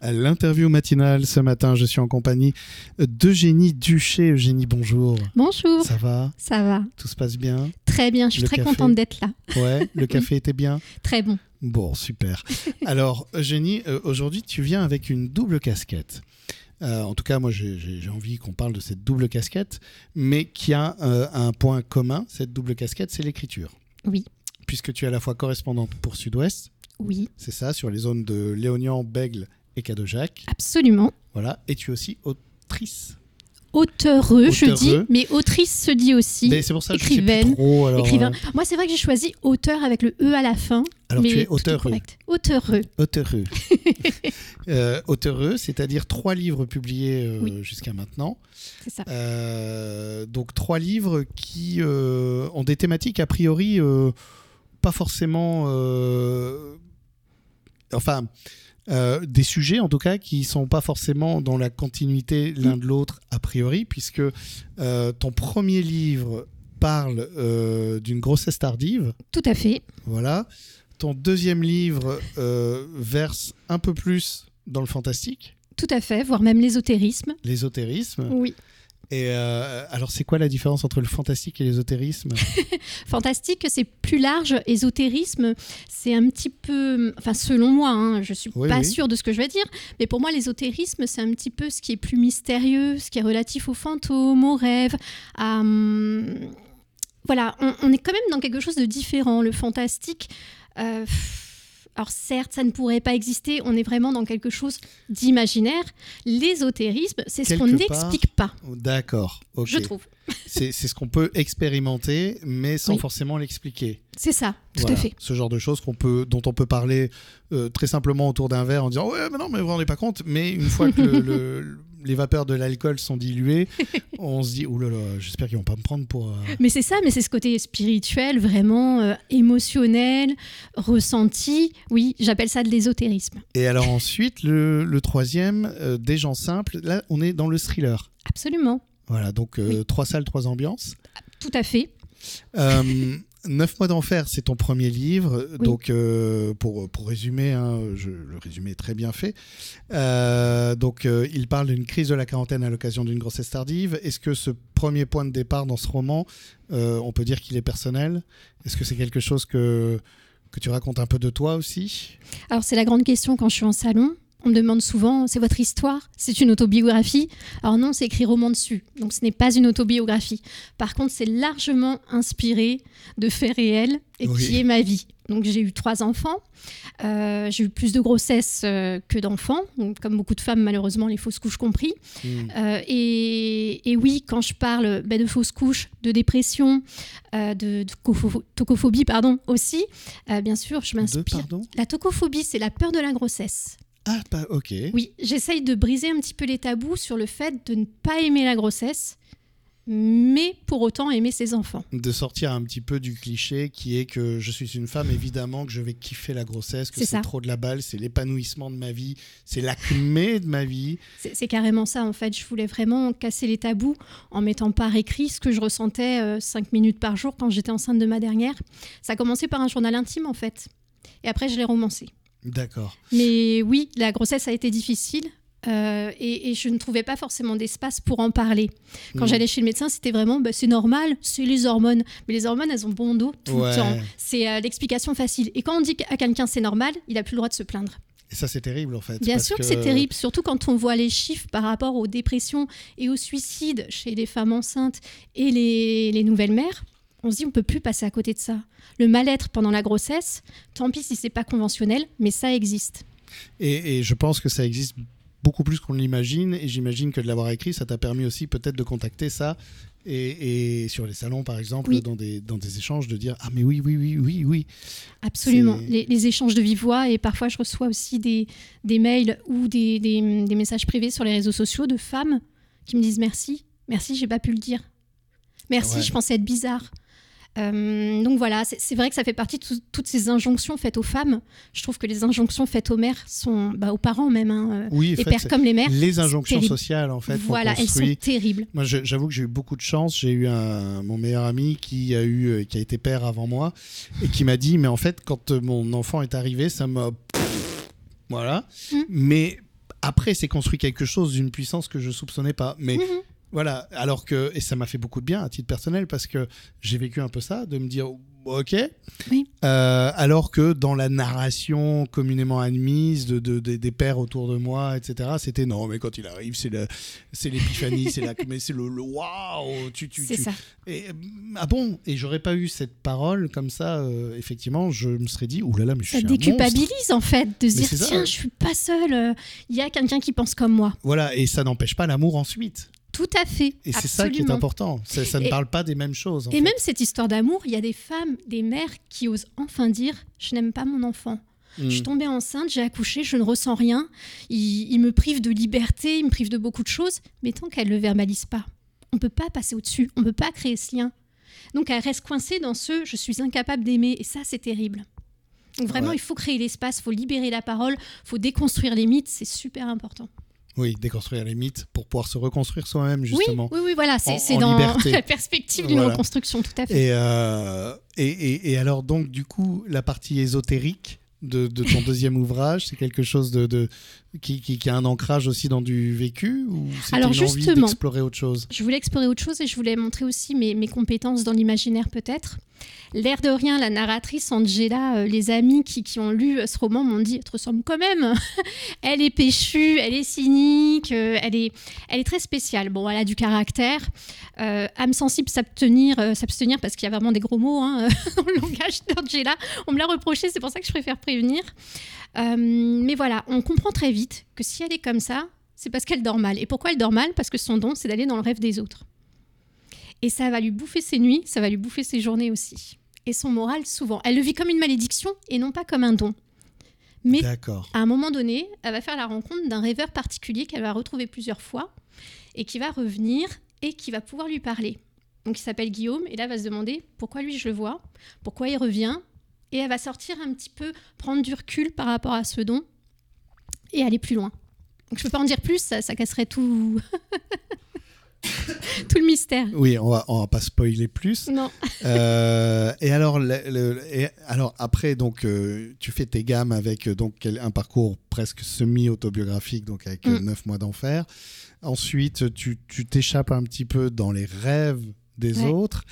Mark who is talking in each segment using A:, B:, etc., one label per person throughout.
A: à l'interview matinale. Ce matin, je suis en compagnie d'Eugénie Duché. Eugénie, bonjour.
B: Bonjour.
A: Ça va
B: Ça va.
A: Tout se passe bien
B: Très bien. Je suis
A: Le
B: très
A: café.
B: contente d'être là.
A: Ouais, le café était bien
B: Très bon.
A: Bon, super. Alors, Eugénie, euh, aujourd'hui, tu viens avec une double casquette. Euh, en tout cas, moi, j'ai- j'ai j'ai envie qu'on parle de cette double casquette, mais qui a euh, un point commun, cette double casquette, c'est l'écriture.
B: Oui.
A: Puisque tu es à la fois correspondante pour Sud-Ouest,
B: Oui,
A: c'est ça, sur les zones de Léognan, Bègle et Cadojac,
B: absolument.
A: voilà, et tu es aussi autrice.
B: Auteureux, je
A: Auteureux.
B: dis, mais autrice se dit aussi.
A: Mais c'est pour ça que je sais plus
B: écrivaine,
A: trop, alors,
B: Écrivain.
A: euh,
B: Moi, c'est vrai que j'ai choisi auteur avec le E à la fin.
A: alors,
B: mais
A: tu es
B: tout est
A: auteur.
B: correct. Auteureux.
A: Auteureux. Euh, auteureux, c'est-à-dire trois livres publiés euh,
B: Oui.
A: jusqu'à maintenant.
B: C'est ça.
A: Euh, donc trois livres qui euh, ont des thématiques a priori euh, pas forcément... euh, enfin, euh, des sujets en tout cas qui sont pas forcément dans la continuité l'un de l'autre a priori, puisque euh, ton premier livre parle euh, d'une grossesse tardive.
B: Tout à fait.
A: Voilà. Ton deuxième livre euh, verse un peu plus dans le fantastique,
B: Tout à fait, voire même l'ésotérisme.
A: l'ésotérisme.
B: Oui.
A: Et euh, alors, c'est quoi la différence entre le fantastique et l'ésotérisme
B: Fantastique, c'est plus large. Ésotérisme, c'est un petit peu, enfin selon moi, hein, je suis
A: Oui,
B: pas
A: oui.
B: sûre de ce que je vais dire, mais pour moi l'ésotérisme, c'est un petit peu ce qui est plus mystérieux, ce qui est relatif aux fantômes, aux rêves. à, hum, voilà, on, on est quand même dans quelque chose de différent. Le fantastique. euh, pff, alors certes, ça ne pourrait pas exister, on est vraiment dans quelque chose d'imaginaire. L'ésotérisme, c'est ce qu'on
A: Quelque part,
B: n'explique pas,
A: D'accord, ok.
B: je trouve.
A: C'est c'est ce qu'on peut expérimenter, mais sans
B: Oui.
A: forcément l'expliquer.
B: C'est ça, tout
A: Voilà.
B: à fait.
A: Ce genre de choses qu'on peut, dont on peut parler euh, très simplement autour d'un verre en disant Ouais, mais non, mais vous vous rendez pas compte. Mais une fois que le- le- les vapeurs de l'alcool sont diluées, on se dit Ouh là là, j'espère qu'ils vont pas me prendre pour. euh,
B: Mais c'est ça, mais c'est ce côté spirituel, vraiment euh, émotionnel, ressenti. Oui, j'appelle ça de l'ésotérisme.
A: Et alors ensuite, le, le troisième, euh, Des gens simples, là on est dans le thriller.
B: Absolument,
A: Voilà, donc euh, trois salles, trois ambiances.
B: tout à fait.
A: Euh, Neuf mois d'enfer, c'est ton premier livre.
B: Oui.
A: Donc euh, pour, pour résumer, hein, je, le résumé est très bien fait. Euh, donc euh, il parle d'une crise de la quarantaine à l'occasion d'une grossesse tardive. Est-ce que ce premier point de départ dans ce roman, euh, on peut dire qu'il est personnel Est-ce que c'est quelque chose que, que tu racontes un peu de toi aussi
B: Alors c'est la grande question quand je suis en salon. On me demande souvent, c'est votre histoire C'est une autobiographie Alors non, c'est écrit roman dessus, donc ce n'est pas une autobiographie. Par contre, c'est largement inspiré de faits réels et
A: Oui.
B: qui est ma vie. Donc j'ai eu trois enfants, Euh, j'ai eu plus de grossesses euh, que d'enfants, Donc, comme beaucoup de femmes malheureusement, les fausses couches compris.
A: Hmm.
B: Euh, et, et oui, quand je parle ben, de fausses couches, de dépression, euh, de, de cofo- tocophobie, pardon, aussi, euh, bien sûr, je
A: Deux,
B: m'inspire.
A: pardon
B: La tocophobie, c'est la peur de la grossesse.
A: Ah, pas, ok.
B: Oui, j'essaye de briser un petit peu les tabous sur le fait de ne pas aimer la grossesse, mais pour autant aimer ses enfants.
A: de sortir un petit peu du cliché qui est que je suis une femme, évidemment que je vais kiffer la grossesse, que
B: C'est
A: c'est
B: ça.
A: trop de la balle, c'est l'épanouissement de ma vie, c'est l'acmé de ma vie.
B: C'est c'est carrément ça, en fait. Je voulais vraiment casser les tabous en mettant par écrit ce que je ressentais euh, cinq minutes par jour quand j'étais enceinte de ma dernière. Ça a commencé par un journal intime, en fait. Et après, je l'ai romancé.
A: D'accord.
B: Mais oui, la grossesse a été difficile. euh, et, et je ne trouvais pas forcément d'espace pour en parler. Quand
A: Mm.
B: j'allais chez le médecin, c'était vraiment bah, c'est normal, c'est les hormones. Mais les hormones, elles ont bon dos tout
A: Ouais.
B: le temps. C'est euh, l'explication facile. Et quand on dit à quelqu'un c'est normal, il n'a plus le droit de se plaindre.
A: Et ça, c'est terrible en fait.
B: Bien
A: parce
B: sûr que, c'est terrible, surtout quand on voit les chiffres par rapport aux dépressions et aux suicides chez les femmes enceintes et les, les nouvelles mères. On se dit on peut plus passer à côté de ça. Le mal-être pendant la grossesse, tant pis si c'est pas conventionnel, mais ça existe.
A: Et, et je pense que ça existe beaucoup plus qu'on l'imagine. Et j'imagine que de l'avoir écrit, ça t'a permis aussi peut-être de contacter ça. Et, et sur les salons, par exemple,
B: Oui.
A: dans, des, dans des échanges, de dire Ah, mais oui, oui, oui, oui, oui.
B: Absolument.
A: C'est-
B: Les, les échanges de vive voix et parfois je reçois aussi des, des mails ou des, des- des messages privés sur les réseaux sociaux de femmes qui me disent merci, merci, j'ai pas pu le dire. Merci,
A: Ouais.
B: je pensais être bizarre. Euh, donc voilà, c'est c'est vrai que ça fait partie de tout- toutes ces injonctions faites aux femmes. Je trouve que les injonctions faites aux mères sont, bah, aux parents même, hein, euh,
A: Oui, en
B: les
A: fait,
B: pères
A: c'est-
B: comme les mères.
A: les injonctions
B: terrible.
A: sociales, en fait, qu'on
B: voilà, elles
A: construit.
B: sont terribles.
A: Moi, je- j'avoue que j'ai eu beaucoup de chance. J'ai eu un, mon meilleur ami qui a eu, euh, qui a été père avant moi, et qui m'a dit, mais en fait, quand euh, mon enfant est arrivé, ça m'a, voilà.
B: Mm.
A: Mais après s'est construit quelque chose d'une puissance que je soupçonnais pas. Mais
B: Mhm.
A: voilà, alors que, et ça m'a fait beaucoup de bien à titre personnel parce que j'ai vécu un peu ça, de me dire, oh, ok.
B: Oui.
A: Euh, alors que dans la narration communément admise de, de- des- des pères autour de moi, etc., c'était non, mais quand il arrive, c'est la- c'est l'épiphanie, c'est la, mais c'est le, le waouh, tu, tu,
B: C'est
A: tu-
B: ça.
A: Et, euh, ah bon Et j'aurais pas eu cette parole comme ça, euh, effectivement, je me serais dit, oulala, mais je
B: Ça
A: suis un monstre.
B: déculpabilise en fait de se
A: Mais
B: dire
A: c'est ça.
B: tiens, je suis pas seule, euh, il y a quelqu'un qui pense comme moi.
A: Voilà, et ça n'empêche pas l'amour ensuite.
B: Tout à fait.
A: Et c'est ça qui est
B: absolument.
A: important. Ça, ça ne
B: Et-
A: parle pas des mêmes choses. en
B: Et
A: fait.
B: même cette histoire d'amour, il y a des femmes, des mères qui osent enfin dire je n'aime pas mon enfant. Je suis
A: Mm.
B: tombée enceinte, j'ai accouché, je ne ressens rien. Il, il me prive de liberté, il me prive de beaucoup de choses. Mais tant qu'elle ne le verbalise pas, on ne peut pas passer au-dessus, on ne peut pas créer ce lien. Donc elle reste coincée dans ce je suis incapable d'aimer. Et ça, c'est terrible. Donc vraiment,
A: Ouais.
B: il faut créer l'espace, il faut libérer la parole, il faut déconstruire les mythes, c'est super important.
A: Oui, déconstruire les mythes pour pouvoir se reconstruire soi-même,
B: Oui,
A: justement.
B: oui, oui, voilà, c'est
A: En-
B: c'est
A: en
B: dans
A: liberté.
B: la perspective d'une
A: Voilà.
B: reconstruction, tout à fait.
A: Et, euh, et, et- et alors, donc, du coup, la partie ésotérique de, de ton deuxième ouvrage, c'est quelque chose de, de- qui, qui- qui a un ancrage aussi dans du vécu ou c'est
B: Alors,
A: une envie
B: justement.
A: d'explorer autre chose
B: Je voulais explorer autre chose et je voulais montrer aussi mes, mes compétences dans l'imaginaire peut-être. L'air de rien, la narratrice Angela, euh, les amis qui, qui ont lu euh, ce roman m'ont dit, elle te ressemble quand même. elle est péchue, elle est cynique, euh, elle, est, elle est très spéciale. Bon, elle a du caractère. Euh, âme sensible, s'abstenir, euh, s'abstenir parce qu'il y a vraiment des gros mots hein, dans le langage d'Angela. On me l'a reproché, c'est pour ça que je préfère prévenir. Euh, mais voilà, on comprend très vite que si elle est comme ça, c'est parce qu'elle dort mal. Et pourquoi elle dort mal Parce que son don, c'est d'aller dans le rêve des autres. Et ça va lui bouffer ses nuits, ça va lui bouffer ses journées aussi. Et son moral, souvent. Elle le vit comme une malédiction et non pas comme un don. Mais
A: D'accord.
B: à un moment donné, elle va faire la rencontre d'un rêveur particulier qu'elle va retrouver plusieurs fois et qui va revenir et qui va pouvoir lui parler. Donc il s'appelle Guillaume et là elle va se demander pourquoi lui je le vois, pourquoi il revient et elle va sortir un petit peu, prendre du recul par rapport à ce don et aller plus loin. Donc je peux pas en dire plus, ça, ça casserait tout tout le mystère.
A: Oui, on va, on va pas spoiler plus.
B: Non,
A: Euh, et alors, le- le- et alors après, donc, euh, tu fais tes gammes avec euh, donc quel- un parcours presque semi-autobiographique, donc avec euh,
B: Mm.
A: neuf mois d'enfer. Ensuite, tu tu t'échappes un petit peu dans les rêves des
B: Ouais.
A: autres.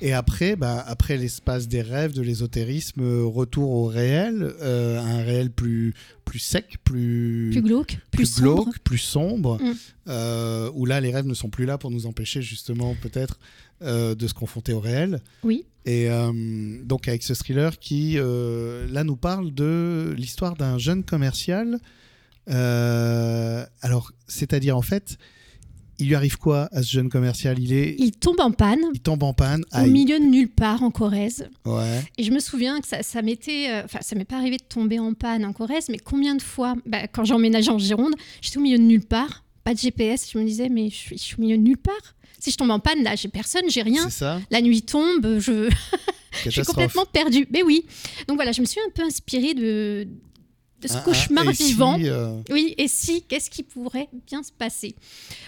A: Et après, bah, après l'espace des rêves, de l'ésotérisme, euh, retour au réel, euh, un réel plus plus sec, plus
B: plus glauque, plus,
A: plus
B: sombre.
A: glauque, plus sombre,
B: Mm.
A: euh, où là les rêves ne sont plus là pour nous empêcher justement peut-être euh, de se confronter au réel.
B: Oui.
A: Et euh, donc avec ce thriller qui euh, là nous parle de l'histoire d'un jeune commercial. Euh, alors c'est-à-dire en fait, il lui arrive quoi à ce jeune commercial Il est, il...
B: Il tombe en panne
A: tombe en panne.
B: au
A: Aïe.
B: milieu de nulle part en Corrèze.
A: Ouais.
B: Et je me souviens que ça, ça m'était, euh, enfin, ça m'est pas arrivé de tomber en panne en Corrèze, mais combien de fois, bah, quand j'emménageais en Gironde, j'étais au milieu de nulle part, pas de GPS, je me disais, mais je suis, je suis au milieu de nulle part. Si je tombe en panne, là, j'ai personne, j'ai rien.
A: C'est ça.
B: La nuit tombe, je, je suis
A: Catastrophe.
B: complètement perdue. Mais oui. Donc voilà, je me suis un peu inspirée de, de ce
A: Ah, ah,
B: cauchemar
A: et si,
B: vivant.
A: euh,
B: Oui, et si, qu'est-ce qui pourrait bien se passer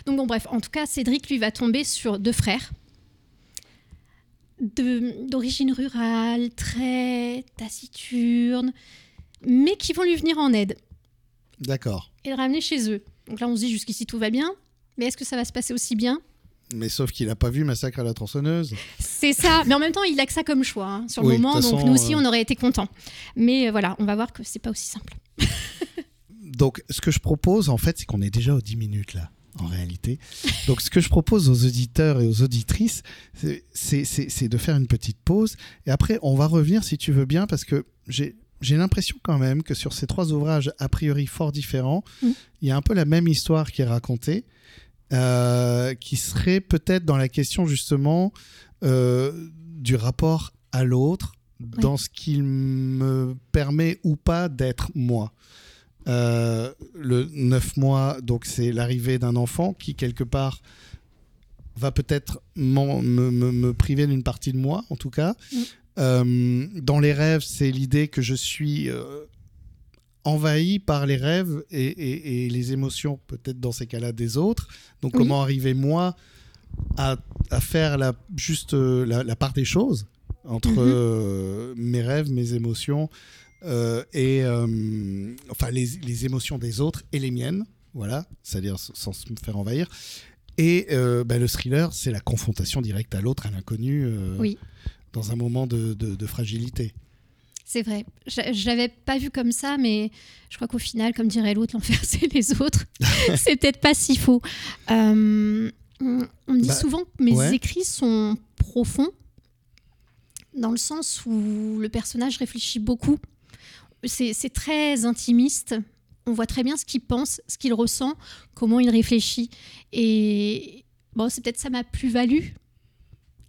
B: Donc bon, bref, en tout cas, Cédric, lui, va tomber sur deux frères de- d'origine rurale, très taciturne, mais qui vont lui venir en aide
A: D'accord.
B: et le ramener chez eux. Donc là, on se dit jusqu'ici tout va bien, mais est-ce que ça va se passer aussi bien
A: Mais sauf qu'il n'a pas vu Massacre à la tronçonneuse.
B: C'est ça, mais en même temps, il a que ça comme choix hein, sur le
A: Oui, de
B: moment,
A: toute
B: donc
A: façon,
B: nous aussi,
A: euh,
B: on aurait été contents. Mais euh, voilà, on va voir que c'est pas aussi simple.
A: Donc, ce que je propose, en fait, c'est qu'on est déjà aux 10 minutes là, en réalité. Donc, ce que je propose aux auditeurs et aux auditrices, c'est- c'est c'est- c'est de faire une petite pause. Et après, on va revenir, si tu veux bien, parce que j'ai j'ai l'impression quand même que sur ces trois ouvrages, a priori fort différents,
B: Mhm.
A: il y a un peu la même histoire qui est racontée, euh, qui serait peut-être dans la question justement euh, du rapport à l'autre, dans ce qu'il me permet ou pas d'être moi. Euh, le 9 mois, donc c'est l'arrivée d'un enfant qui, quelque part, va peut-être m'en- me, me- me priver d'une partie de moi, en tout cas.
B: Mm.
A: Euh, dans les rêves, c'est l'idée que je suis euh, envahi par les rêves et, et- et les émotions, peut-être dans ces cas-là, des autres. Donc,
B: Oui.
A: comment arriver, moi, à, à faire la, juste euh, la, la part des choses entre
B: Mhm.
A: euh, mes rêves, mes émotions euh, et euh, enfin les, les émotions des autres et les miennes voilà, c'est-à-dire sans se faire envahir. Et euh, bah, le thriller, c'est la confrontation directe à l'autre, à l'inconnu, euh,
B: Oui.
A: dans un moment de, de- de fragilité.
B: C'est vrai. Je, je l'avais pas vu comme ça, mais je crois qu'au final, comme dirait l'autre, l'enfer, c'est les autres. c'est peut-être pas si faux. Euh, on, on me dit
A: Bah,
B: souvent que mes
A: ouais.
B: écrits sont profonds, dans le sens où le personnage réfléchit beaucoup. C'est c'est très intimiste. On voit très bien ce qu'il pense, ce qu'il ressent, comment il réfléchit. Et bon, c'est peut-être ça ma plus-value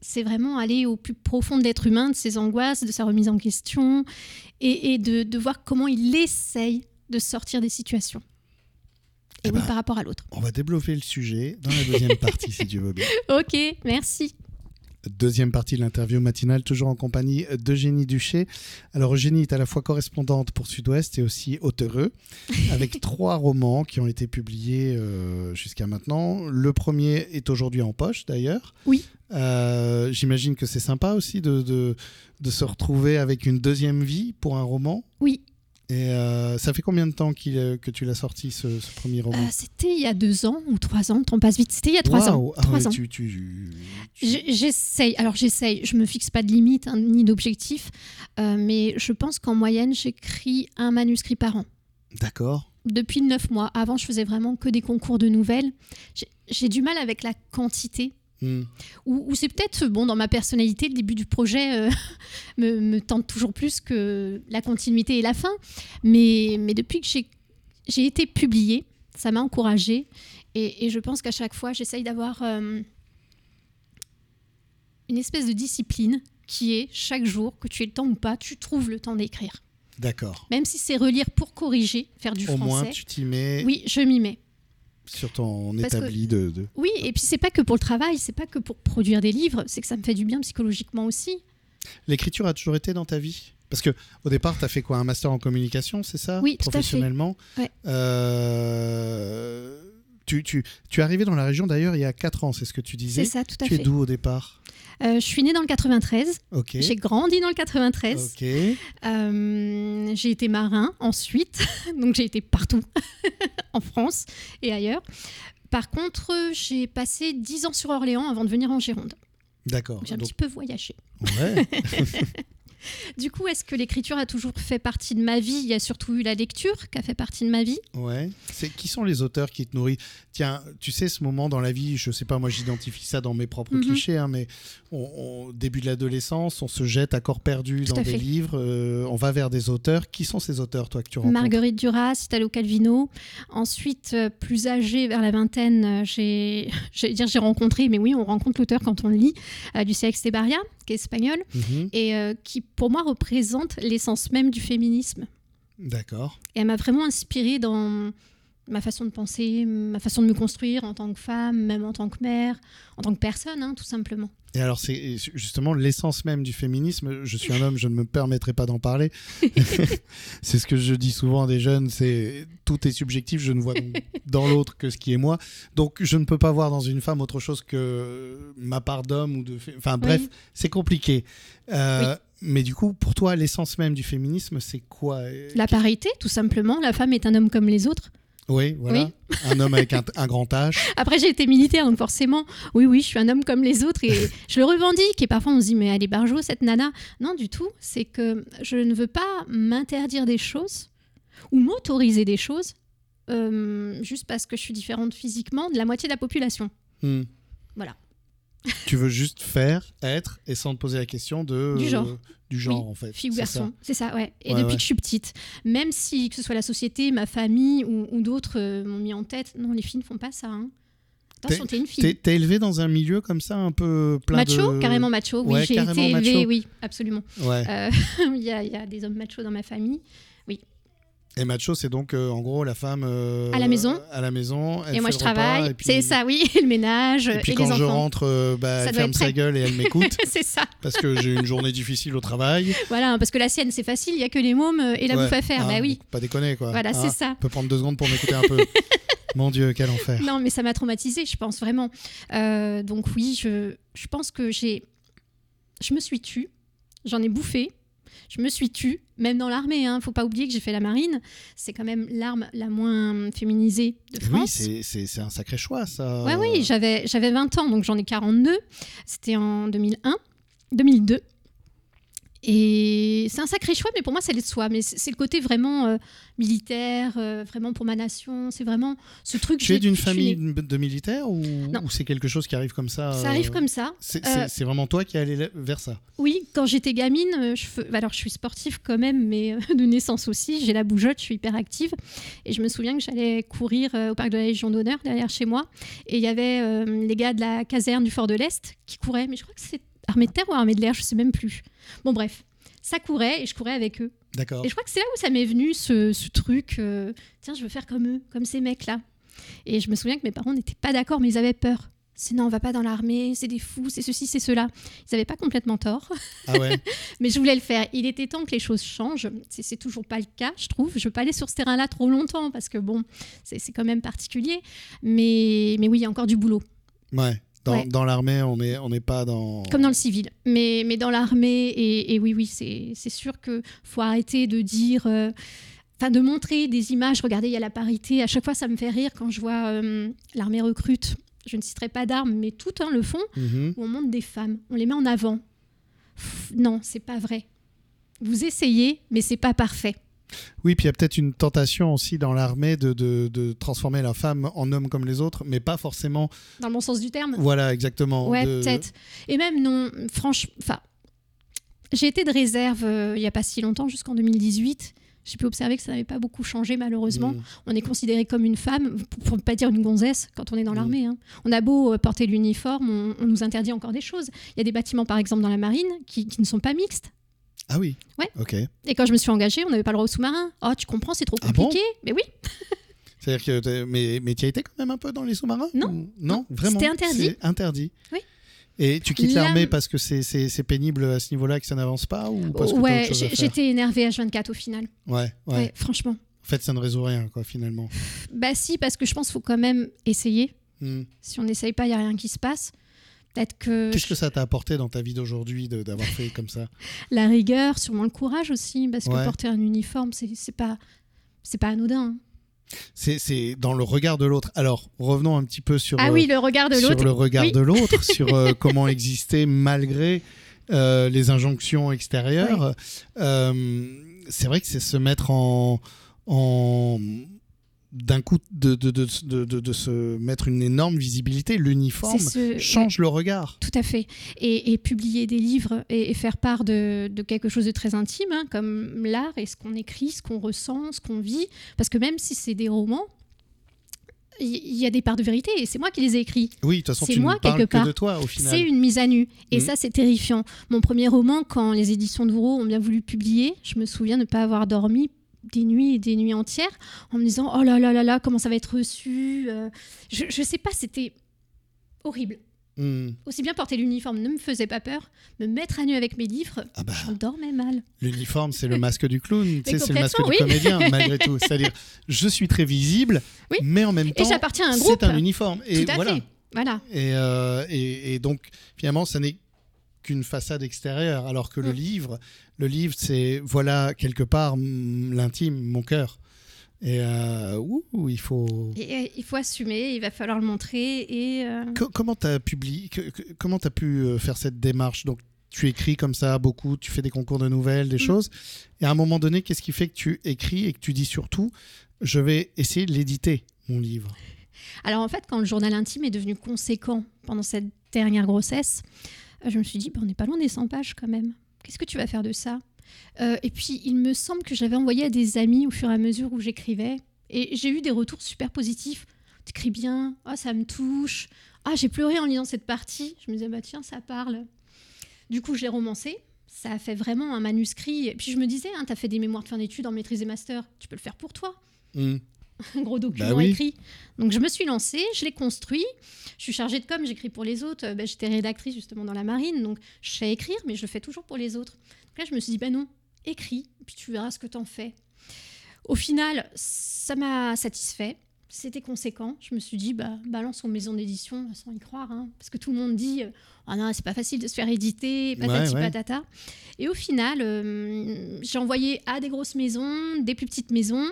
B: c'est vraiment aller au plus profond de l'être humain, de ses angoisses, de sa remise en question, et, et de, de voir comment il essaye de sortir des situations. Et
A: Eh
B: oui,
A: ben.
B: par rapport à l'autre.
A: On va développer le sujet dans la deuxième partie, si tu veux bien.
B: Ok, merci.
A: Deuxième partie de l'interview matinale, toujours en compagnie d'Eugénie Duché. Alors, Eugénie est à la fois correspondante pour Sud-Ouest et aussi auteureux, avec trois romans qui ont été publiés euh, jusqu'à maintenant. Le premier est aujourd'hui en poche, d'ailleurs.
B: Oui.
A: Euh, J'imagine que c'est sympa aussi de, de, de se retrouver avec une deuxième vie pour un roman.
B: Oui,
A: Et euh, ça fait combien de temps qu'il, euh, que tu l'as sorti, ce, ce premier roman
B: euh, c'était il y a deux ans ou trois ans, le temps passe vite. C'était il y a trois
A: Waouh
B: ans.
A: Ah
B: Trois
A: ouais,
B: ans.
A: tu- tu- tu-
B: J- J'essaye, alors j'essaye, je me fixe pas de limite hein, ni d'objectif, euh, mais je pense qu'en moyenne, j'écris un manuscrit par an.
A: D'accord.
B: depuis neuf mois. Avant, je faisais vraiment que des concours de nouvelles. J'ai- J'ai du mal avec la quantité.
A: Hmm.
B: Ou, ou c'est peut-être, bon, dans ma personnalité, le début du projet euh, me, me tente toujours plus que la continuité et la fin. Mais, mais depuis que j'ai- j'ai été publiée, ça m'a encouragée. Et, et je pense qu'à chaque fois, j'essaye d'avoir euh, une espèce de discipline qui est chaque jour, que tu aies le temps ou pas, tu trouves le temps d'écrire.
A: D'accord.
B: Même si c'est relire pour corriger, faire du
A: Au
B: français.
A: moins, tu t'y mets.
B: Oui, je m'y mets.
A: sur ton
B: Parce
A: établi de, de-
B: Oui, et puis c'est pas que pour le travail, c'est pas que pour produire des livres, c'est que ça me fait du bien psychologiquement aussi.
A: L'écriture a toujours été dans ta vie Parce que au départ, tu as fait quoi Un master en communication, c'est ça
B: Oui, tout à fait.
A: Professionnellement.
B: Ouais.
A: Euh, Tu, tu, tu es arrivé dans la région d'ailleurs il y a 4 ans, c'est ce que tu disais.
B: C'est ça, tout à
A: tu es
B: fait.
A: d'où au départ
B: Euh, je suis née dans le 93,
A: Ok.
B: j'ai grandi dans le 93,
A: Ok.
B: Euh, j'ai été marin ensuite, donc j'ai été partout, en France et ailleurs. Par contre, j'ai passé 10 ans sur Orléans avant de venir en Gironde.
A: D'accord.
B: J'ai un
A: Ah, Donc,
B: petit peu voyagé.
A: ouais.
B: Du coup, est-ce que l'écriture a toujours fait partie de ma vie Il y a surtout eu la lecture qui a fait partie de ma vie.
A: Ouais. C'est qui sont les auteurs qui te nourrissent Tiens, tu sais ce moment dans la vie, je sais pas, moi j'identifie ça dans mes propres
B: Mhm.
A: clichés, hein, mais on, on- début de l'adolescence, on se jette à corps perdu
B: Tout
A: dans
B: à
A: des
B: fait.
A: livres, euh, on va vers des auteurs. Qui sont ces auteurs, toi, que tu rencontres
B: Marguerite Duras, Italo Calvino. Ensuite, euh, plus âgée, vers la vingtaine, euh, j'ai, j'allais dire j'ai rencontré, mais oui, on rencontre l'auteur quand on le lit, euh, Lucia Extebaria, qui est espagnole,
A: Mhm.
B: et euh, qui pour moi représente l'essence même du féminisme.
A: D'accord.
B: Et elle m'a vraiment inspirée dans ma façon de penser, ma façon de me construire en tant que femme, même en tant que mère, en tant que personne, hein, tout simplement.
A: Et alors, c'est justement l'essence même du féminisme. Je suis un homme, je ne me permettrai pas d'en parler. c'est ce que je dis souvent à des jeunes, c'est tout est subjectif, je ne vois donc dans l'autre que ce qui est moi. Donc, je ne peux pas voir dans une femme autre chose que ma part d'homme ou de... fé- Enfin, bref,
B: Oui.
A: c'est compliqué. Euh, Mais du coup, pour toi, l'essence même du féminisme, c'est quoi
B: La parité, tout simplement. La femme est un homme comme les autres.
A: Oui, voilà. un homme avec un, un grand H.
B: Après, j'ai été militaire, donc forcément, oui, oui, je suis un homme comme les autres et je le revendique. Et parfois, on se dit, mais elle est barjot, cette nana. Non, du tout. C'est que je ne veux pas m'interdire des choses ou m'autoriser des choses euh, juste parce que je suis différente physiquement de la moitié de la population.
A: Hmm.
B: Voilà.
A: Tu veux juste faire, être, et sans te poser la question de... euh,
B: Du genre.
A: du genre, en fait.
B: Fille ou
A: c'est ça.
B: garçon, c'est ça, ouais. Et
A: Ouais,
B: depuis
A: ouais.
B: que je suis petite, même si que ce soit la société, ma famille ou, ou d'autres euh, m'ont mis en tête, non, les filles ne font pas ça. hein. Attention, t'es une fille.
A: T'es t'es élevé dans un milieu comme ça, un peu plein
B: Macho,
A: de...
B: carrément macho, oui,
A: Ouais,
B: j'ai
A: carrément
B: été élevée,
A: macho.
B: oui, absolument.
A: Ouais.
B: Euh, il, y a, il y a des hommes machos dans ma famille.
A: Et macho, c'est donc euh, en gros la femme euh,
B: À la maison.
A: À la maison. elle
B: et moi,
A: fait
B: je
A: le repas,
B: travaille.
A: et puis-
B: C'est ça, oui, et le ménage
A: Et
B: euh,
A: puis
B: et,
A: quand
B: les
A: je
B: enfants.
A: rentre, euh, bah,
B: Ça
A: elle
B: doit
A: ferme
B: être
A: sa
B: très-
A: gueule et elle m'écoute
B: c'est ça,
A: parce que j'ai une journée difficile au travail.
B: voilà, hein, parce que la sienne, c'est facile, il y a que les mômes euh, et la
A: Ouais.
B: bouffe à faire.
A: Hein,
B: bah oui,
A: Pas déconner quoi.
B: voilà,
A: Hein,
B: c'est ça.
A: On peut prendre deux secondes pour m'écouter un peu. Mon Dieu, quel enfer.
B: Non, mais ça m'a traumatisée, je pense vraiment. Euh, donc oui, je, je pense que j'ai, je me suis tue, j'en ai bouffé, Je me suis tue, même dans l'armée. Il hein. ne faut pas oublier que j'ai fait la marine. C'est quand même l'arme la moins féminisée de France.
A: Oui, c'est un sacré choix, ça.
B: Ouais, oui, j'avais 20 ans, donc j'en ai 42. C'était en 2001, 2002. Et c'est un sacré choix, mais pour moi, ça allait de soi. Mais c'est le côté vraiment euh, militaire, euh, vraiment pour ma nation. C'est vraiment ce truc.
A: Tu es d'une famille de militaires ou, ou c'est quelque chose qui arrive comme ça
B: Ça arrive comme ça.
A: C'est euh, vraiment toi qui es allée vers ça
B: Oui, quand j'étais gamine, euh, je, bah, alors je suis sportive quand même, mais euh, de naissance aussi. J'ai la bougeotte, je suis hyper active. Et je me souviens que j'allais courir euh, au parc de la Légion d'honneur derrière chez moi. Et il y avait euh, les gars de la caserne du Fort de l'Est qui couraient. Mais je crois que c'était armée de terre ou armée de l'air, je sais même plus. Bon, bref, ça courait et je courais avec eux.
A: D'accord.
B: Et je crois que c'est là où ça m'est venu ce, ce truc euh, tiens, je veux faire comme eux, comme ces mecs-là. Et je me souviens que mes parents n'étaient pas d'accord, mais ils avaient peur. C'est non, on va pas dans l'armée, c'est des fous, c'est ceci, c'est cela. Ils n'avaient pas complètement tort.
A: Ah ouais.
B: mais je voulais le faire. Il était temps que les choses changent. C'est toujours pas le cas, je trouve. Je veux pas aller sur ce terrain-là trop longtemps parce que bon, c'est quand même particulier. Mais, mais oui, il y a encore du boulot.
A: Ouais. Dans, ouais. dans l'armée, on n'est on est pas dans...
B: Comme dans le civil. Mais, mais dans l'armée, et, et, oui, oui, c'est sûr que faut arrêter de dire... Enfin, euh, de montrer des images. Regardez, il y a la parité. À chaque fois, ça me fait rire quand je vois euh, l'armée recrute. Je ne citerai pas d'armes, mais toutes hein, le font. Mm
A: Mhm.
B: -hmm. Où on montre des femmes. On les met en avant. Pff, non, c'est pas vrai. Vous essayez, mais c'est pas parfait.
A: Oui, puis il y a peut-être une tentation aussi dans l'armée de, de, de, transformer la femme en homme comme les autres, mais pas forcément.
B: Dans le bon sens du terme.
A: Voilà, exactement.
B: Ouais, de... peut-être. Et même non, franchement, enfin, j'ai été de réserve il euh, n'y a pas si longtemps, jusqu'en 2018. J'ai pu observer que ça n'avait pas beaucoup changé, malheureusement.
A: Mm.
B: Mmh. On est considéré comme une femme, pour ne pas dire une gonzesse, quand on est
A: Mm.
B: dans mmh. l'armée. Hein. On a beau porter l'uniforme, on, on, nous interdit encore des choses. Il y a des bâtiments, par exemple, dans la marine qui, qui ne sont pas mixtes.
A: Ah oui.
B: Ouais.
A: Ok.
B: Et quand je me suis engagée, on n'avait pas le droit au sous-marin. Oh, tu comprends, c'est trop compliqué.
A: Ah
B: bon mais oui.
A: C'est-à-dire que mais mais tu as été quand même un peu dans les sous-marins
B: Non.
A: Ou... Non, vraiment.
B: C'était interdit.
A: Interdit.
B: Oui.
A: Et tu quittes l'armée parce que c'est pénible à ce niveau-là que ça n'avance pas ou parce
B: Ouais,
A: que
B: j'étais énervée H24 au final.
A: Ouais, ouais. ouais
B: franchement.
A: En fait, ça ne résout rien quoi finalement.
B: Bah si parce que je pense qu'il faut quand même essayer.
A: Hmm.
B: Mm. Si on n'essaye pas, il y a rien qui se passe. Peut-être que.
A: Qu'est-ce que ça t'a apporté dans ta vie d'aujourd'hui d'avoir fait comme ça
B: La rigueur, sûrement le courage aussi, parce ouais. que porter un uniforme, c'est pas, c'est pas anodin. Hein.
A: C'est dans le regard de l'autre. Alors revenons un petit peu sur. euh,
B: Ah oui, le regard de l'autre.
A: Sur le regard
B: oui.
A: de l'autre, sur euh, comment exister malgré euh, les injonctions extérieures. Ouais. Euh, c'est vrai que c'est se mettre en, en d'un coup de de, de, de, de, se mettre une énorme visibilité, l'uniforme
B: euh,
A: ce... change le regard.
B: Tout à fait. Et, et publier des livres et, et faire part de, quelque chose de très intime, hein, comme l'art et ce qu'on écrit, ce qu'on ressent, ce qu'on vit. Parce que même si c'est des romans, il y, y, a des parts de vérité et c'est moi qui les ai écrits.
A: Oui, de toute façon, tu moi, ne parles quelque part. que de toi au final. Mm.
B: C'est une mise à nu et mmh. ça, c'est terrifiant. Mon premier roman, quand les éditions d'Ouro ont bien voulu publier, je me souviens ne pas avoir dormi des nuits et des nuits entières en me disant oh là là là là comment ça va être reçu euh, je, je sais pas c'était horrible
A: mmh.
B: aussi bien porter l'uniforme ne me faisait pas peur me mettre à nu avec mes livres
A: ah bah,
B: j'en dormais mal
A: l'uniforme c'est le masque du clown c'est le masque oui. du comédien malgré tout c'est à dire je suis très visible
B: oui.
A: mais en même
B: et
A: temps
B: j'appartiens à un
A: c'est un uniforme et
B: tout à
A: voilà
B: fait. voilà
A: et, euh, et, et donc finalement ça n'est qu'une façade extérieure, alors que mmh. le
B: Mm.
A: livre, le livre, c'est voilà quelque part l'intime, mon cœur. Et euh, ouh, il faut.
B: Et, et, il faut assumer, il va falloir le montrer. Et euh...
A: Co comment tu as, publié, que, que, comment as pu euh, faire cette démarche Donc, tu écris comme ça beaucoup, tu fais des concours de nouvelles,
B: Mm.
A: des mmh. choses. Et à un moment donné, qu'est-ce qui fait que tu écris et que tu dis surtout, je vais essayer de l'éditer, mon livre
B: Alors, en fait, quand le journal intime est devenu conséquent pendant cette dernière grossesse, je me suis dit, bah, on n'est pas loin des 100 pages quand même. Qu'est-ce que tu vas faire de ça euh, Et puis, il me semble que je l'avais envoyé à des amis au fur et à mesure où j'écrivais. Et j'ai eu des retours super positifs. T'écris bien, ah oh, ça me touche, ah oh, j'ai pleuré en lisant cette partie. Je me disais, bah, tiens, ça parle. Du coup, je l'ai romancé. Ça a fait vraiment un manuscrit. Et puis, je me disais, hein, t'as fait des mémoires de fin d'études en maîtrise et master, tu peux le faire pour toi.
A: Mmh
B: un gros document bah
A: oui.
B: écrit. Donc je me suis lancée, je l'ai construit. Je suis chargée de com, j'écris pour les autres. Euh, bah, J'étais rédactrice justement dans la marine, donc je sais écrire, mais je le fais toujours pour les autres. Donc là, je me suis dit, bah non, écris, puis tu verras ce que t'en fais. Au final, ça m'a satisfait. c'était conséquent. Je me suis dit, bah, balance en maison d'édition sans y croire, hein, parce que tout le monde dit, ah non, c'est pas facile de se faire éditer, patati
A: Ouais, ouais.
B: patata. Et au final, euh, j'ai envoyé à des grosses maisons, des plus petites maisons.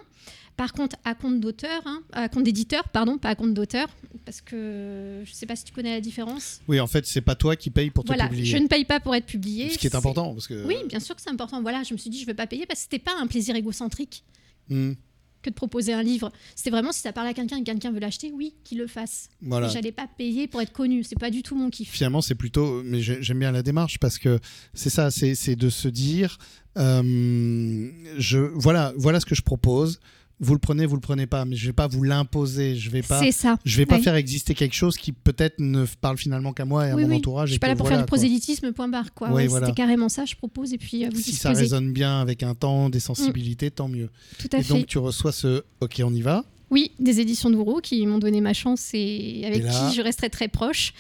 B: Par contre, à compte d'auteur, hein, à compte d'éditeur, pardon, pas à compte d'auteur, parce que je sais pas si tu connais la différence.
A: Oui, en fait, c'est pas toi qui paye pour
B: voilà,
A: te publier.
B: je ne paye pas pour être publié.
A: Ce qui est
B: c'est-
A: important, parce que.
B: Oui, bien sûr que c'est important. Voilà, je me suis dit, je veux pas payer parce que c'était pas un plaisir égocentrique
A: Hmm,
B: que de proposer un livre. C'était vraiment si ça parle à quelqu'un et quelqu'un veut l'acheter, oui, qu'il le fasse.
A: voilà.
B: Mais J'allais pas payer pour être connu. C'est pas du tout mon kiff.
A: Finalement, c'est plutôt. Mais j'ai- j'aime bien la démarche parce que c'est ça, c'est c'est de se dire euh, je, voilà, voilà ce que je propose. Vous le prenez, vous le prenez pas, mais je vais pas vous l'imposer. Je vais pas.
B: C'est ça.
A: Je vais pas
B: Ouais.
A: faire exister quelque chose qui peut-être ne f- parle finalement qu'à moi et à
B: Oui,
A: mon
B: oui.
A: entourage. et
B: Je suis pas
A: que
B: là pour
A: voilà,
B: faire du
A: quoi.
B: prosélytisme, point barre. Quoi.
A: Oui,
B: Ouais,
A: voilà.
B: C'était carrément ça, je propose et puis à vous
A: Si ça
B: disposez.
A: résonne bien avec un temps, des sensibilités, tant mieux.
B: Tout à
A: et
B: fait.
A: donc tu reçois ce OK, on y va.
B: Oui, des éditions d'Ouro qui m'ont donné ma chance et avec
A: Et là-
B: qui je resterai très proche.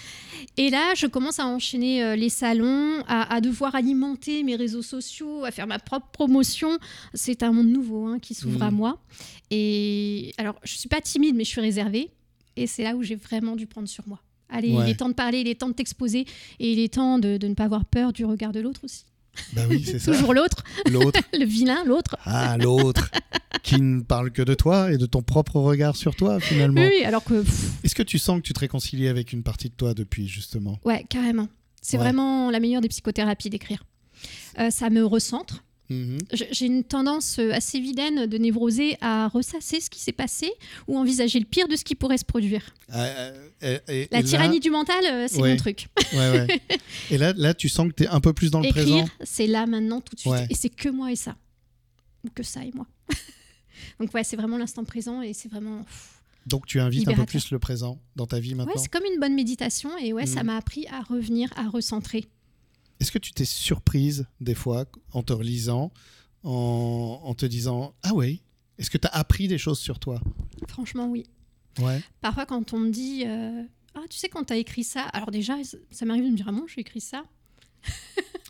B: Et là, je commence à enchaîner euh, les salons, à, à devoir alimenter mes réseaux sociaux, à faire ma propre promotion. C'est un monde nouveau hein, qui s'ouvre à
A: Mhm.
B: moi. Et alors, je suis pas timide, mais je suis réservée. Et c'est là où j'ai vraiment dû prendre sur moi. Allez,
A: Ouais.
B: il est temps de parler, il est temps de t'exposer et il est temps de, de ne pas avoir peur du regard de l'autre aussi.
A: Bah oui, c'est ça.
B: Toujours l'autre,
A: L'autre.
B: le vilain, l'autre.
A: Ah, l'autre. qui ne parle que de toi et de ton propre regard sur toi, finalement.
B: Oui, oui, alors que pff,
A: Est-ce que tu sens que tu te réconcilies avec une partie de toi depuis, justement
B: Ouais, carrément. C'est
A: Ouais.
B: vraiment la meilleure des psychothérapies d'écrire. Euh, ça me recentre.
A: Mhm.
B: Je- J'ai une tendance euh, assez vilaine de névrosé à ressasser ce qui s'est passé ou envisager le pire de ce qui pourrait se produire.
A: Euh, euh, et- et-
B: La
A: et là-
B: tyrannie du mental, euh, c'est
A: Ouais.
B: mon truc.
A: Ouais, ouais. Et là, là, tu sens que tu es un peu plus dans le
B: Écrire,
A: présent.
B: c'est là, maintenant, tout de suite.
A: Ouais.
B: Et c'est que moi et ça. Ou que ça et moi. Donc ouais, c'est vraiment l'instant présent et c'est vraiment... pff.
A: Donc tu invites un peu
B: Libérateur.
A: plus le présent dans ta vie
B: Ouais,
A: maintenant.
B: c'est comme une bonne méditation et ouais, ça
A: Mhm.
B: m'a appris à revenir, à recentrer.
A: Est-ce que tu t'es surprise des fois en te relisant, en, en te disant Ah oui Est-ce que tu as appris des choses sur toi
B: Franchement, oui.
A: Ouais.
B: Parfois, quand on me dit euh, Ah, tu sais, quand t'as écrit ça, alors déjà, ça m'arrive de me dire Ah bon, j'ai écrit ça.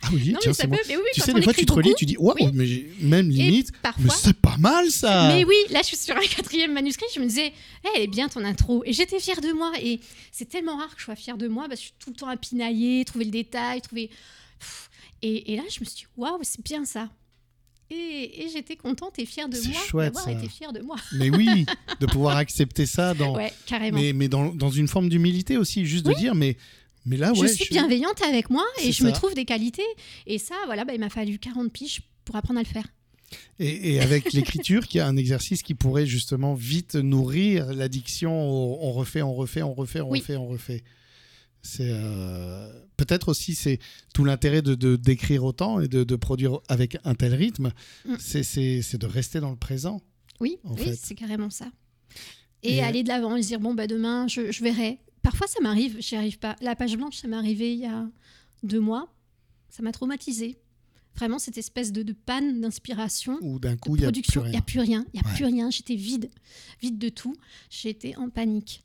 A: Ah oui,
B: non,
A: tiens,
B: mais ça
A: c'est
B: peut.
A: moi.
B: Mais oui,
A: Tu
B: quand
A: sais,
B: on
A: des fois,
B: écrit
A: tu te relis,
B: beaucoup,
A: tu dis Waouh,
B: Oui.
A: mais j'ai- même
B: et
A: limite, mais euh,
B: parfois.
A: c'est pas mal ça
B: Mais oui, là, je suis sur un quatrième manuscrit. Je me disais, Eh, elle est bien ton intro. Et j'étais fière de moi. Et c'est tellement rare que je sois fière de moi parce que je suis tout le temps à pinailler, trouver le détail, trouver. Pff. Et, et là, je me suis dit, waouh, c'est bien ça. Et, et j'étais contente et fière de
A: C'est
B: moi
A: chouette,
B: d'avoir
A: ça.
B: été fière de moi.
A: Mais oui, de pouvoir accepter ça dans,
B: Ouais, carrément.
A: mais, mais dans, dans une forme d'humilité aussi, juste de dire mais, mais là, Ah ouais.
B: je suis bienveillante avec moi
A: C'est
B: et je
A: ça.
B: me trouve des qualités. Et ça, voilà, bah, il m'a fallu 40 piges pour apprendre à le faire.
A: Et, et avec l'écriture, qui est un exercice qui pourrait justement vite nourrir l'addiction au on refait, on refait, on refait, on
B: Oui.
A: refait, on refait. C'est euh, peut-être aussi c'est tout l'intérêt de de- d'écrire autant et de, de produire avec un tel rythme,
B: Mm.
A: c'est- c'est c'est de rester dans le présent.
B: Oui,
A: en
B: oui
A: fait.
B: c'est carrément ça. Et,
A: Et, euh,
B: aller de l'avant et se dire, bon, bah, demain, je, je verrai. Parfois, ça m'arrive, j'y arrive pas. La page blanche, ça m'est arrivé il y a deux mois. Ça m'a traumatisée. Vraiment, cette espèce de, de panne d'inspiration,
A: Ou d'un coup,
B: de
A: il y a plus
B: production. Il n'y
A: rien.
B: a plus rien. Il n'y a
A: Ouais.
B: plus rien. J'étais vide. Vide de tout. J'étais en panique.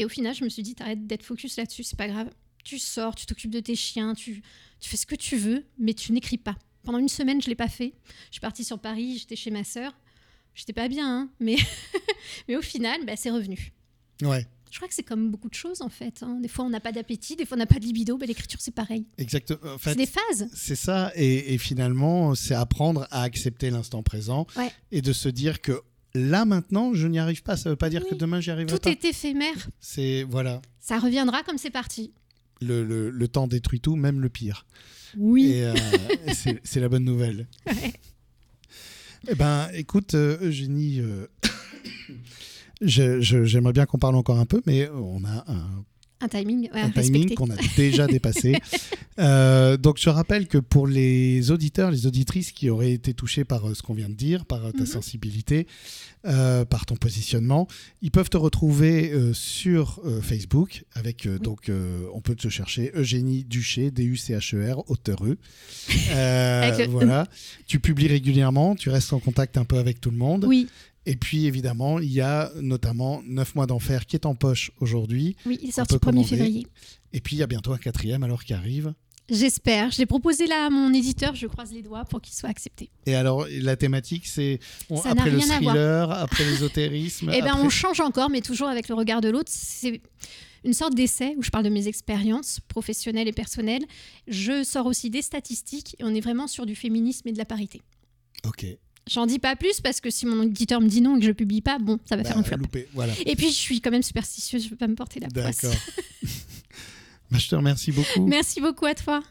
B: Et au final, je me suis dit, t'arrêtes d'être focus là-dessus, c'est pas grave. Tu sors, tu t'occupes de tes chiens, tu, tu fais ce que tu veux, mais tu n'écris pas. Pendant une semaine, je l'ai pas fait. Je suis partie sur Paris, j'étais chez ma sœur. J'étais pas bien, hein, mais, mais au final, bah, c'est revenu.
A: Ouais,
B: Je crois que c'est comme beaucoup de choses, en fait. hein. Des fois, on n'a pas d'appétit, des fois, on n'a pas de libido. Bah, L'écriture, c'est pareil.
A: exactement. En fait,
B: C'est des phases.
A: C'est ça, et, et finalement, c'est apprendre à accepter l'instant présent
B: Ouais.
A: et de se dire que là maintenant, je n'y arrive pas. Ça ne veut pas dire
B: Oui.
A: que demain j'y arriverai
B: Tout
A: pas.
B: est éphémère.
A: C'est voilà,
B: Ça reviendra comme c'est parti.
A: le, le- le temps détruit tout, même le pire.
B: Oui.
A: Et euh, et c'est c'est la bonne nouvelle.
B: Ouais.
A: Eh ben, écoute, euh, Eugénie, euh, je- je- j'aimerais bien qu'on parle encore un peu, mais on a un
B: Un timing, ouais,
A: un timing
B: respecté.
A: qu'on a déjà dépassé. Euh, donc je rappelle que pour les auditeurs, les auditrices qui auraient été touchés par euh, ce qu'on vient de dire, par euh, ta
B: Mhm.
A: sensibilité, euh, par ton positionnement, ils peuvent te retrouver euh, sur euh, Facebook avec euh,
B: Oui.
A: donc euh, on peut te chercher Eugénie Duché, D U C H E R auteur E. Euh,
B: Avec le E.
A: voilà, tu publies régulièrement, tu restes en contact un peu avec tout le monde.
B: Oui,
A: Et puis évidemment, il y a notamment 9 mois d'enfer qui est en poche aujourd'hui.
B: oui, il est
A: On
B: sorti
A: peut
B: le 1er
A: commander.
B: février.
A: Et puis il y a bientôt un quatrième alors qui arrive.
B: J'espère. Je l'ai proposé là à mon éditeur. Je croise les doigts pour qu'il soit accepté.
A: Et alors, la thématique, c'est on-
B: Ça n'a
A: après le
B: rien à voir.
A: thriller, après l'ésotérisme.
B: Eh bien,
A: Bah, après-
B: on change encore, mais toujours avec le regard de l'autre. C'est une sorte d'essai où je parle de mes expériences professionnelles et personnelles. Je sors aussi des statistiques et on est vraiment sur du féminisme et de la parité.
A: Ok.
B: J'en dis pas plus parce que si mon éditeur me dit non et que je publie pas, bon, ça va faire
A: Bah,
B: un flop.
A: loupé. Voilà.
B: Et puis, je suis quand même superstitieuse, je peux pas me porter la poisse.
A: D'accord. Bah, je te remercie beaucoup.
B: Merci beaucoup à toi.